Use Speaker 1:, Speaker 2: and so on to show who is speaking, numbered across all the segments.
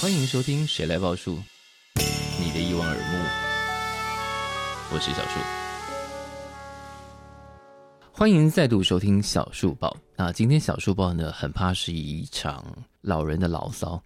Speaker 1: 欢迎收听《谁来报数》，你的一望而目，我是小树。欢迎再度收听小树报啊！今天小树报呢，很怕是一场老人的牢骚。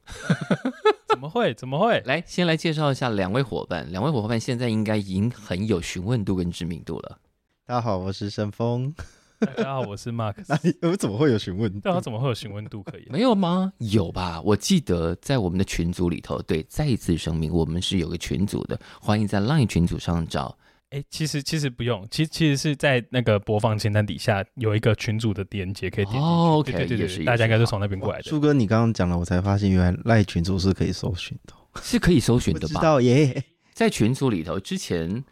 Speaker 2: 怎么 会？怎么会？
Speaker 1: 来，先来介绍一下两位伙伴，两位伙伴现在应该已经很有询问度跟知名度了。
Speaker 3: 大家好，我是申 峰。
Speaker 2: 大家好，我是 Mark。
Speaker 3: 那你我怎么会有询问？
Speaker 2: 但他怎么会有询问度可以啊、
Speaker 1: 没有吗？有吧？我记得在我们的群组里头，对，再一次声明，我们是有个群组的，欢迎在 LINE 群组上找。
Speaker 2: 哎、其实其实不用，其实其实是在那个播放清单底下有一个群组的连接可以点进去。
Speaker 1: 哦，OK，
Speaker 2: 对对对
Speaker 1: 也
Speaker 2: 对
Speaker 1: 是也
Speaker 2: 大家应该
Speaker 1: 是
Speaker 2: 都从那边过来的。
Speaker 3: 树哥，你刚刚讲了，我才发现原来赖群主是可以搜寻的。
Speaker 1: 是可以搜寻
Speaker 3: 不
Speaker 1: 的
Speaker 3: 知
Speaker 1: 吧？
Speaker 3: 道耶，
Speaker 1: 在群组里头，之前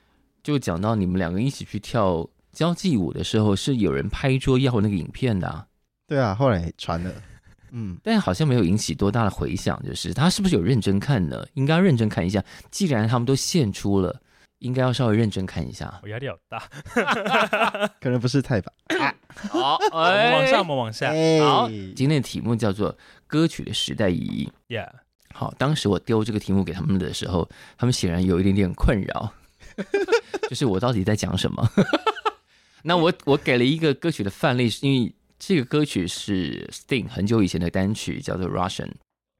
Speaker 1: 就讲到你们两个一起去跳交际舞的时候，是有人拍桌要那个影片的、啊，
Speaker 3: 对啊，后来传了， 嗯，
Speaker 1: 但好像没有引起多大的回响，就是他是不是有认真看呢？应该要认真看一下，既然他们都献出了，应该要稍微认真看一下。
Speaker 2: 我压力好大。
Speaker 3: 可能不是太吧。
Speaker 1: 好，
Speaker 2: 我
Speaker 1: 哎
Speaker 2: 们往上，我们往下。
Speaker 3: 哎
Speaker 1: 好，今天的题目叫做《歌曲的时代意义》。
Speaker 2: Yeah，
Speaker 1: 好，当时我丢这个题目给他们的时候，他们显然有一点点困扰， 就是我到底在讲什么？ 那我我给了一个歌曲的范例，是因为这个歌曲是 Sting 很久以前的单曲，叫做《Russian》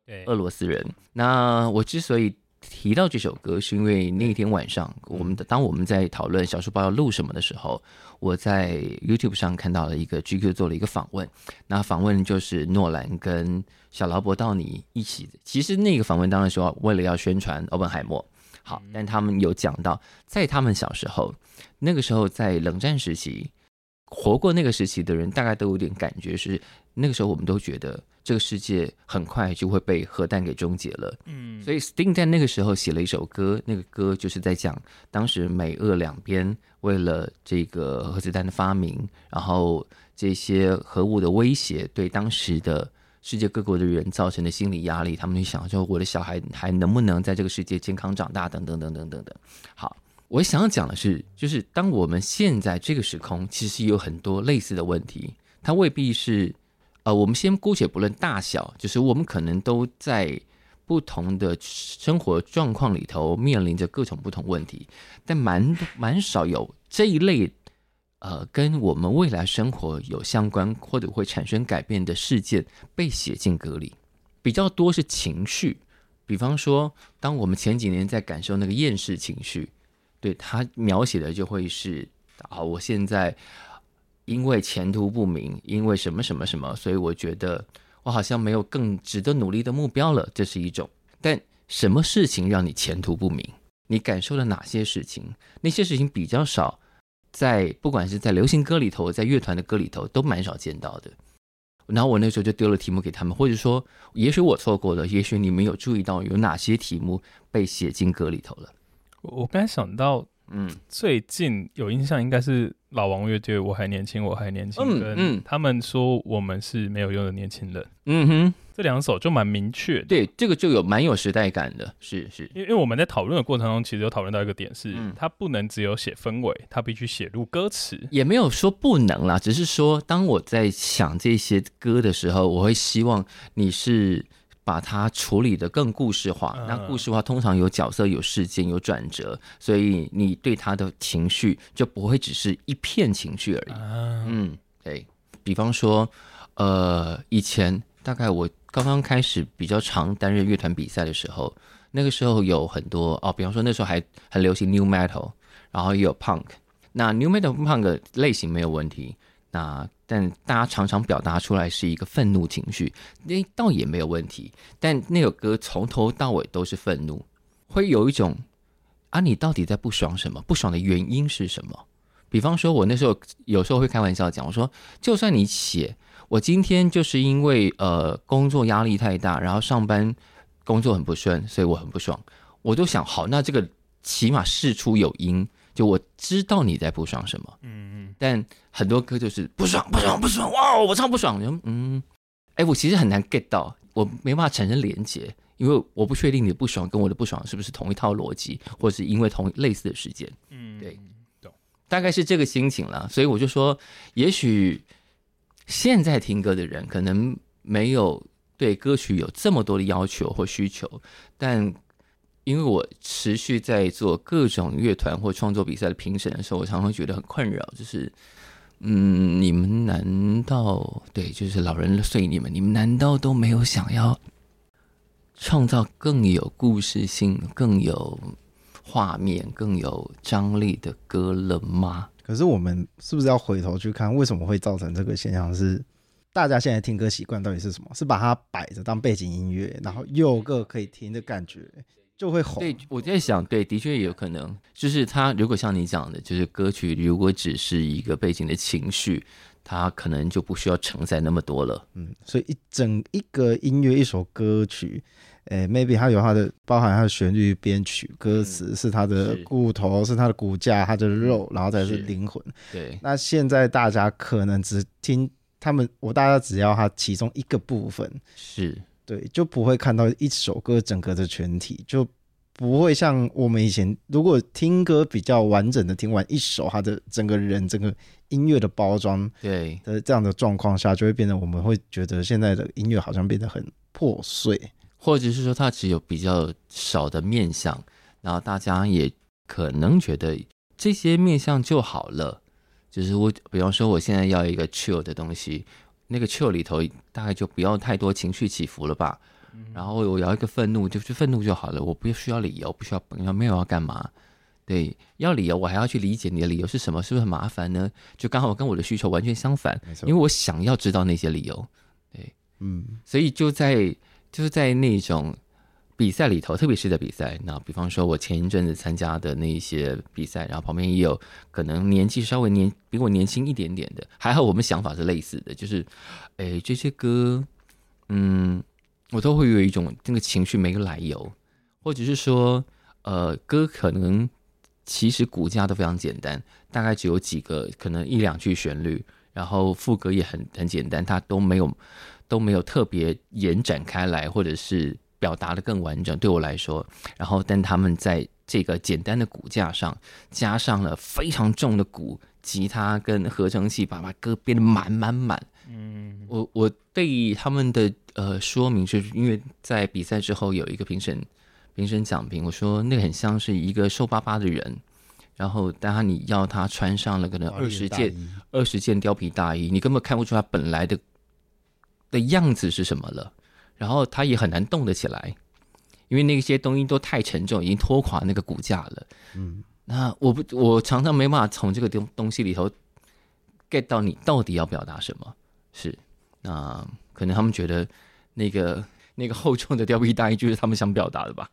Speaker 2: 对
Speaker 1: 俄罗斯人。那我之所以提到这首歌，是因为那天晚上，我们的当我们在讨论小书包要录什么的时候，我在 YouTube 上看到了一个 GQ 做了一个访问，那访问就是诺兰跟小劳勃道尼一起。其实那个访问当然说为了要宣传奥本海默，好，但他们有讲到，在他们小时候，那个时候在冷战时期，活过那个时期的人，大概都有点感觉是，那个时候我们都觉得这个世界很快就会被核弹给终结了。
Speaker 2: 嗯，
Speaker 1: 所以 Sting 在那个时候写了一首歌，那个歌就是在讲当时美俄两边为了这个核子弹的发明，然后这些核武的威胁对当时的世界各国的人造成的心理压力，他们就想说我的小孩还能不能在这个世界健康长大，等等等等等等。好，我想要讲的是，就是当我们现在这个时空，其实有很多类似的问题，它未必是。呃，我们先姑且不论大小，就是我们可能都在不同的生活状况里头面临着各种不同问题，但蛮蛮少有这一类，呃，跟我们未来生活有相关或者会产生改变的事件被写进歌里，比较多是情绪，比方说，当我们前几年在感受那个厌世情绪，对它描写的就会是啊，我现在因为前途不明，因为什么什么什么，所以我觉得我好像没有更值得努力的目标了，这是一种。但什么事情让你前途不明？你感受了哪些事情？那些事情比较少，在不管是在流行歌里头，在乐团的歌里头，都蛮少见到的。然后我那时候就丢了题目给他们，或者说，也许我错过了，也许你们有注意到有哪些题目被写进歌里头了。
Speaker 2: 我我刚才想到
Speaker 1: 嗯，
Speaker 2: 最近有印象应该是老王乐队《我还年轻，我还年轻》
Speaker 1: 嗯嗯
Speaker 2: 跟他们说我们是没有用的年轻人，
Speaker 1: 嗯哼，
Speaker 2: 这两首就蛮明确的。
Speaker 1: 对，这个就有蛮有时代感的，是是，
Speaker 2: 因为因为我们在讨论的过程中，其实有讨论到一个点是，
Speaker 1: 嗯
Speaker 2: 它不能只有写氛围，它必须写入歌词。
Speaker 1: 也没有说不能啦，只是说当我在想这些歌的时候，我会希望你是把它处理的更故事化。
Speaker 2: 嗯
Speaker 1: 那故事化通常有角色、有事件、有转折，所以你对他的情绪就不会只是一片情绪而已。
Speaker 2: 啊，
Speaker 1: 嗯，对，比方说，呃，以前大概我刚刚开始比较常担任乐团比赛的时候，那个时候有很多哦，比方说那时候还很流行 new metal，然后也有 punk。那 new metal punk 类型没有问题，那但大家常常表达出来是一个愤怒情绪，那倒也没有问题。但那首歌从头到尾都是愤怒，会有一种啊，你到底在不爽什么？不爽的原因是什么？比方说，我那时候有时候会开玩笑讲，我说，就算你写，我今天就是因为呃工作压力太大，然后上班工作很不顺，所以我很不爽。我都想，好，那这个起码事出有因，就我知道你在不爽什么。
Speaker 2: 嗯
Speaker 1: 但很多歌就是不爽，不爽，不爽，哇，我超不爽。嗯，哎，我其实很难 get 到我没办法产生连结，因为我不确定你的不爽跟我的不爽是不是同一套逻辑，或是因为同类似的事件，
Speaker 2: 嗯
Speaker 1: 对大概是这个心情啦。所以我就说，也许现在听歌的人可能没有对歌曲有这么多的要求或需求，但因为我持续在做各种乐团或创作比赛的评审的时候，我常常会觉得很困扰，就是。嗯，你们难道对，就是老人碎你们，你们难道都没有想要创造更有故事性、更有画面、更有张力的歌了吗？
Speaker 3: 可是我们是不是要回头去看，为什么会造成这个现象是？大家现在听歌习惯到底是什么？是把它摆着当背景音乐，然后又有个可以听的感觉，就会红。
Speaker 1: 对，我在想，对，的确也有可能，就是它如果像你讲的，就是歌曲如果只是一个背景的情绪，它可能就不需要承载那么多了。
Speaker 3: 嗯，所以一整一个音乐一首歌曲，诶、m a y b e 它有它的包含它的旋律、编曲、歌词，是它的
Speaker 1: 是
Speaker 3: 骨头，是它的骨架、它的肉，然后才是
Speaker 1: 是
Speaker 3: 灵魂。
Speaker 1: 对，
Speaker 3: 那现在大家可能只听他们，我大家只要它其中一个部分，
Speaker 1: 是，
Speaker 3: 对，就不会看到一首歌整个的全体，就不会像我们以前如果听歌比较完整的听完一首，它的整个人整个音乐的包装
Speaker 1: 对，
Speaker 3: 的这样的状况下，就会变得我们会觉得现在的音乐好像变得很破碎。
Speaker 1: 或者是说它只有比较少的面相，然后大家也可能觉得这些面相就好了。就是我，比方说我现在要一个 chill 的东西，那个 chill 里头大概就不要太多情绪起伏了吧。然后我要一个愤怒，就去愤怒就好了，我不需要理由，不需要朋友，没有要干嘛。对，要理由我还要去理解你的理由是什么，是不是很麻烦呢？就刚好跟我的需求完全相反，
Speaker 3: 没错
Speaker 1: 因为我想要知道那些理由。
Speaker 3: 嗯，
Speaker 1: 所以就在就是在那种比赛里头，特别是在比赛，那比方说我前一阵子参加的那一些比赛，然后旁边也有可能年纪稍微年比我年轻一点点的，还好我们想法是类似的，就是，哎，这些歌，嗯，我都会有一种那个情绪没个来由，或者是说，呃，歌可能其实骨架都非常简单，大概只有几个可能一两句旋律，然后副歌也很很简单，它都没有都没有特别延展开来，或者是表达的更完整。对我来说，然后但他们在这个简单的骨架上加上了非常重的鼓、吉他跟合成器，把把歌变得满满满。
Speaker 2: 嗯，
Speaker 1: 我我对于他们的呃说明，就是因为在比赛之后有一个评审评审讲评，我说那个很像是一个瘦巴巴的人，然后但他你要他穿上了可能二十件二十件貂皮大衣，你根本看不出他本来的的样子是什么了。然后他也很难动得起来，因为那些东西都太沉重，已经拖垮那个骨架了。
Speaker 3: 嗯，
Speaker 1: 那我不，我常常没办法从这个东东西里头 get 到你到底要表达什么。是，那可能他们觉得那个那个厚重的貂皮大衣就是他们想表达的吧？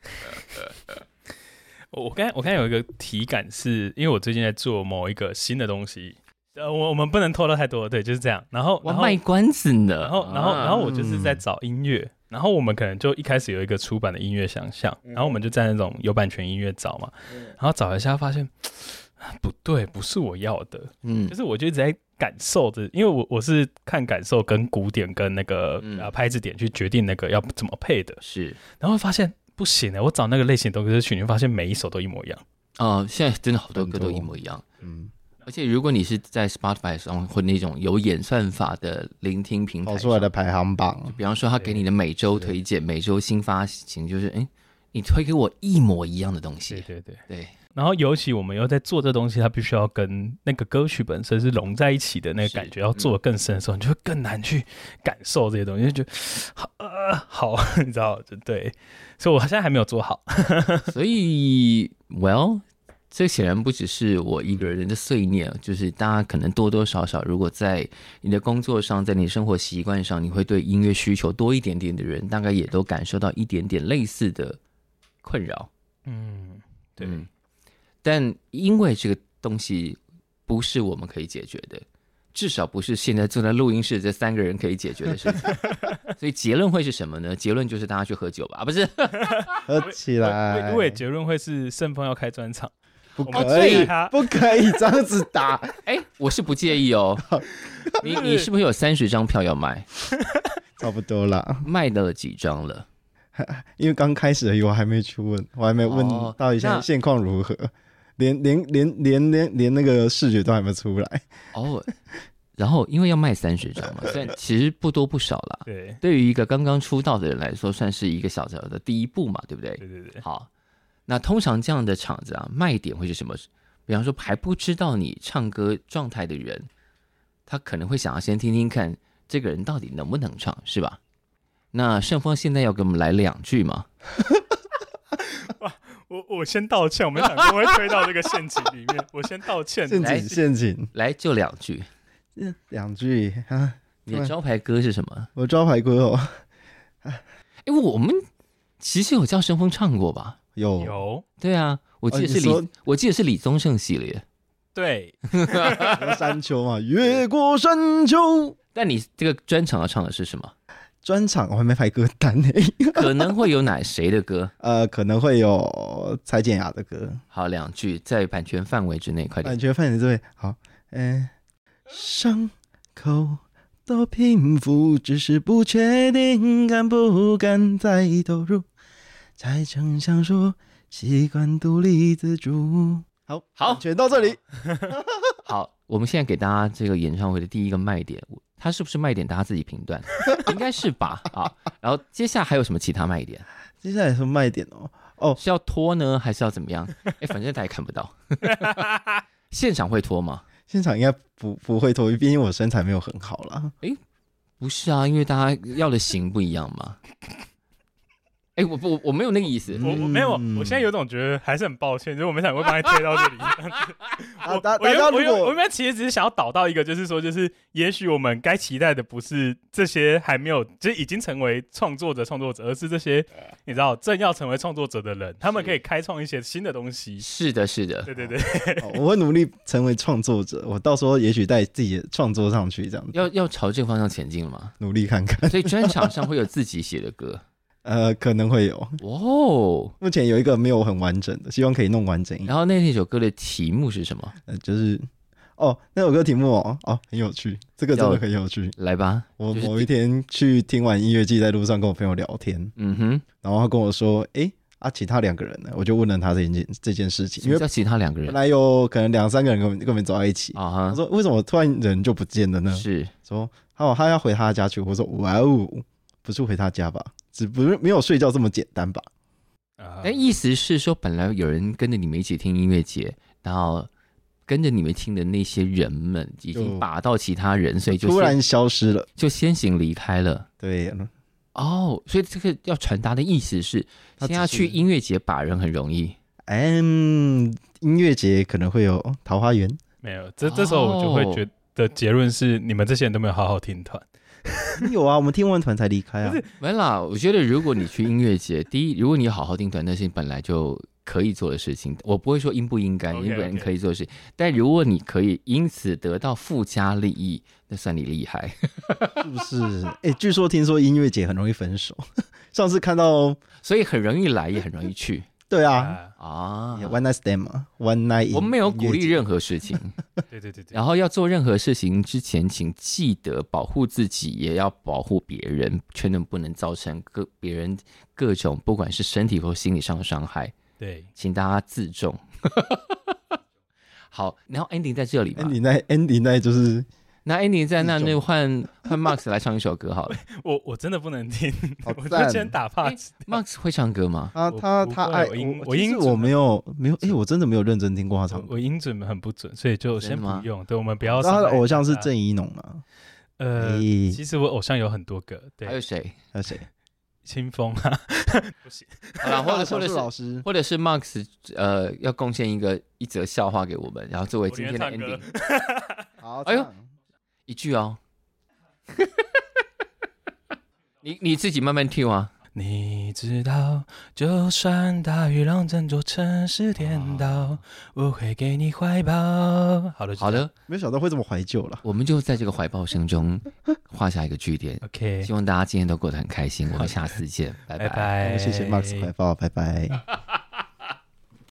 Speaker 2: 我我刚才我刚才有一个体感是，因为我最近在做某一个新的东西，呃，我我们不能透露太多，对，就是这样。然后
Speaker 1: 我
Speaker 2: 然后
Speaker 1: 卖关子呢。
Speaker 2: 然后然后然后我就是在
Speaker 1: 嗯
Speaker 2: 找音乐，然后我们可能就一开始有一个出版的音乐想象，然后我们就在那种有版权音乐找嘛，
Speaker 1: 嗯
Speaker 2: 然后找一下发现不对，不是我要的，
Speaker 1: 嗯
Speaker 2: 就是我就一直在感受着，因为我我是看感受跟鼓点跟那个、
Speaker 1: 嗯
Speaker 2: 呃拍子点去决定那个要怎么配的，
Speaker 1: 是
Speaker 2: 然后发现不行欸的，我找那个类型的歌曲，你会发现每一首都一模一样。
Speaker 1: 哦、现在真的好多
Speaker 3: 很
Speaker 1: 歌都
Speaker 3: 多
Speaker 1: 一模一样。
Speaker 3: 嗯，
Speaker 1: 而且如果你是在 Spotify 上或那种有演算法的聆听平台
Speaker 3: 跑
Speaker 1: 上
Speaker 3: 出来的，排行榜，
Speaker 1: 比方说他给你的每周推荐、每周新发行，就是哎、诶你推给我一模一样的东西，
Speaker 2: 对对。
Speaker 1: 对，
Speaker 2: 然后尤其我们又在做这东西，它必须要跟那个歌曲本身是融在一起的那个
Speaker 1: 是嗯
Speaker 2: 感觉，要做的更深的时候，你就会更难去感受这些东西，就觉得好呃好， 你知道，就对。所以我现在还没有做好。
Speaker 1: 所以 well。这显然不只是我一个人的碎念，就是大家可能多多少少，如果在你的工作上，在你的生活习惯上，你会对音乐需求多一点点的人，大概也都感受到一点点类似的困扰。
Speaker 2: 嗯，对，
Speaker 1: 嗯，但因为这个东西不是我们可以解决的，至少不是现在坐在录音室这三个人可以解决的事情。所以结论会是什么呢？结论就是大家去喝酒吧，啊，不是？
Speaker 3: 合起
Speaker 2: 我
Speaker 3: 来，
Speaker 2: 我也啊结论会是盛峰要开专场。
Speaker 3: 不
Speaker 2: 我们
Speaker 3: 可以
Speaker 2: 对他，
Speaker 3: 不可以这样子打，
Speaker 1: 哎、我是不介意哦。你你是不是有三十张票要卖？
Speaker 3: 差不多啦。
Speaker 1: 卖了几张了？
Speaker 3: 因为刚开始而已，我还没去问，我还没问
Speaker 1: 哦
Speaker 3: 到底现
Speaker 1: 那
Speaker 3: 在现况如何，连连连连连连那个视觉都还没出来。
Speaker 1: 哦，然后因为要卖三十张嘛，虽然其实不多不少啦，
Speaker 2: 对
Speaker 1: 对于一个刚刚出道的人来说，算是一个小小的第一步嘛，对不对？
Speaker 2: 对对对，
Speaker 1: 好，那通常这样的场子啊，卖点会是什么？比方说还不知道你唱歌状态的人，他可能会想要先听听看这个人到底能不能唱，是吧？那盛峰现在要给我们来两句嘛？
Speaker 2: 我我先道歉，我没想过会推到这个陷阱里面，我先道歉。
Speaker 3: 陷
Speaker 1: 来
Speaker 3: 阱陷阱，
Speaker 1: 来，就两句。
Speaker 3: 两句啊，
Speaker 1: 你的
Speaker 3: 对
Speaker 1: 招牌歌是什么？
Speaker 3: 我招牌歌哦，
Speaker 1: 哎，我们其实有叫盛峰唱过吧？
Speaker 3: 有
Speaker 2: 有
Speaker 1: 对啊，我记得
Speaker 3: 哦
Speaker 1: 是
Speaker 3: 你
Speaker 1: 李，
Speaker 3: 说
Speaker 1: 我记得是李宗盛系列。
Speaker 2: 对，
Speaker 3: 山丘嘛，越过山丘。
Speaker 1: 但你这个专场要唱的是什么？
Speaker 3: 专场我还没排歌单呢、
Speaker 1: 可能会有哪谁的歌？
Speaker 3: 呃，可能会有蔡健雅的歌，
Speaker 1: 好，两句在版权范围之内，快点
Speaker 3: 感。觉范你这位好，嗯、伤口都平复，只是不确定敢不敢再投入，才曾想说习惯独立自主。好，
Speaker 1: 好
Speaker 3: 全到这里。
Speaker 1: 好，我们现在给大家这个演唱会的第一个卖点，我它是不是卖点，大家自己评断， 应该是吧？啊，然后接下来还有什么其他卖点？
Speaker 3: 接下来是卖点哦，
Speaker 1: 是要拖呢，还是要怎么样？哎，反正大家也看不到， 现场会拖吗？
Speaker 3: 现场应该不不会脱，毕竟我身材没有很好啦。
Speaker 1: 不是啊，因为大家要的型不一样嘛。哎，我不，我没有那个意思。
Speaker 2: 我我没有，我现在有种觉得还是很抱歉，就是我没想过帮你推到这里。
Speaker 3: 啊，
Speaker 2: 我
Speaker 3: 大
Speaker 2: 我
Speaker 3: 大
Speaker 2: 原
Speaker 3: 家
Speaker 2: 我
Speaker 3: 如
Speaker 2: 原我
Speaker 3: 果
Speaker 2: 原本其实只是想要导到一个，就是说，就是也许我们该期待的不是这些还没有，就是已经成为创作者创作者，而是这些你知道正要成为创作者的人，他们可以开创一些新的东西。
Speaker 1: 是的，是的，
Speaker 2: 对对对，
Speaker 3: 哦我会努力成为创作者，我到时候也许带自己的创作上去，这样子
Speaker 1: 要要朝这个方向前进了嘛。
Speaker 3: 努力看看。
Speaker 1: 所以专场上会有自己写的歌
Speaker 3: 呃，可能会有，
Speaker 1: 哦。
Speaker 3: 目前有一个没有很完整的，希望可以弄完整一点。
Speaker 1: 然后那那首歌的题目是什么？
Speaker 3: 呃，就是哦，那首歌题目哦，哦，很有趣，这个真的很有趣。
Speaker 1: 来吧，
Speaker 3: 我
Speaker 1: 就是
Speaker 3: 某一天去听完音乐季，在路上跟我朋友聊天，
Speaker 1: 嗯哼，
Speaker 3: 然后他跟我说：“诶，啊，其他两个人呢？”我就问了他这件这件事情，
Speaker 1: 什
Speaker 3: 因
Speaker 1: 么
Speaker 3: 为
Speaker 1: 叫其他两个人
Speaker 3: 本来有可能两三个人跟我们跟我们走在一起。
Speaker 1: 啊
Speaker 3: 他说：“为什么突然人就不见了呢
Speaker 1: 哈，？”是
Speaker 3: 说：“哦，他要回他家去。”我说：“哇哦，不是回他家吧？只不是没有睡觉这么简单吧？”
Speaker 2: 啊
Speaker 3: 哎
Speaker 1: 那哎意思是说，本来有人跟着你们一起听音乐节，然后跟着你们听的那些人们已经
Speaker 3: 就
Speaker 1: 把到其他人，所以就嗯
Speaker 3: 突
Speaker 1: 先
Speaker 3: 然消失了。
Speaker 1: 就先行离开了。
Speaker 3: 对，
Speaker 1: 哦，所以这个要传达的意思是，
Speaker 3: 他
Speaker 1: 现
Speaker 3: 只
Speaker 1: 在去
Speaker 3: 是
Speaker 1: 音乐节把人很容易。
Speaker 3: 嗯，音乐节可能会有桃 花源。
Speaker 2: 没有，这这时候我就
Speaker 3: 哦
Speaker 2: 会觉得结论是你们这些人都没有好好听团。
Speaker 3: 有啊，我们听完团才离开啊。
Speaker 1: 没啦，我觉得如果你去音乐节，第一，如果你好好听团，那是你本来就可以做的事情。我不会说应不应该，
Speaker 2: OK，
Speaker 1: 你本人
Speaker 2: OK
Speaker 1: 可以做的事情。但如果你可以因此得到附加利益，那算你厉害。
Speaker 3: 是不是？ 哎、据说听说音乐节很容易分手， 上次看到，
Speaker 1: 所以很容易来，也很容易 去
Speaker 3: 对啊。
Speaker 2: 啊，
Speaker 1: 啊。
Speaker 3: One night stand 嘛，One night，
Speaker 1: 我们没有
Speaker 3: in 音乐
Speaker 1: 鼓励
Speaker 3: 节
Speaker 1: 任何事情，
Speaker 2: 对对对对，
Speaker 1: 然后要做任何事情之前，请记得保护自己，也要保护别人，千万不能造成各别人各种不管是身体或心理上的伤害，
Speaker 2: 对，
Speaker 1: 请大家自重。 好，然后 ending 在这里吧。
Speaker 3: ending 那 ending 那就是
Speaker 1: 那 ending 在那，
Speaker 3: 自重
Speaker 1: 那换换 Max 来唱一首歌 好了。
Speaker 2: 我我真的不能听，
Speaker 3: 好
Speaker 2: 我
Speaker 3: 赞
Speaker 2: 就先打怕
Speaker 1: 哎。Max 会唱歌吗？
Speaker 3: 他
Speaker 2: 我
Speaker 3: 他
Speaker 2: 不
Speaker 3: 他
Speaker 2: 会
Speaker 3: 爱
Speaker 2: 我英我
Speaker 3: 其实
Speaker 2: 英
Speaker 1: 啊
Speaker 3: 我
Speaker 2: 准
Speaker 3: 没有没有，哎、我真的没有认真听过他唱
Speaker 2: 我
Speaker 3: 歌。
Speaker 2: 我音准很不准，所以就
Speaker 1: 真的
Speaker 2: 先
Speaker 1: 吗
Speaker 2: 不用。对，我们不要伤害
Speaker 3: 他
Speaker 2: 大
Speaker 3: 的
Speaker 2: 家。
Speaker 3: 偶像是郑怡农啊，
Speaker 2: 呃，
Speaker 3: 咦
Speaker 2: 其实我偶像有很多个，
Speaker 1: 还有
Speaker 2: 对，
Speaker 1: 谁？
Speaker 3: 还有谁？
Speaker 2: 清风啊，
Speaker 1: 好啊 啦，或者或
Speaker 3: 小
Speaker 1: 者
Speaker 3: 树
Speaker 1: 是
Speaker 3: 老师，
Speaker 1: 或者是 Max 呃要贡献一个一则笑话给我们，然后作为今天的
Speaker 2: 我宁愿
Speaker 1: ending
Speaker 2: 唱
Speaker 3: 好，
Speaker 1: 哎呦
Speaker 3: 唱
Speaker 1: 一句哦。 你你自己慢慢听啊。
Speaker 2: 你知道，就算大雨让整座城市颠倒，我会给你怀抱。好的，
Speaker 1: 好的，
Speaker 3: 没有想到会这么怀旧了。
Speaker 1: 我们就在这个怀抱声中画下一个句点。
Speaker 2: ，OK，
Speaker 1: 希望大家今天都过得很开心，我们下次见，拜
Speaker 2: 拜
Speaker 1: 拜。
Speaker 2: 拜，
Speaker 3: 谢谢 Max 怀抱，拜拜。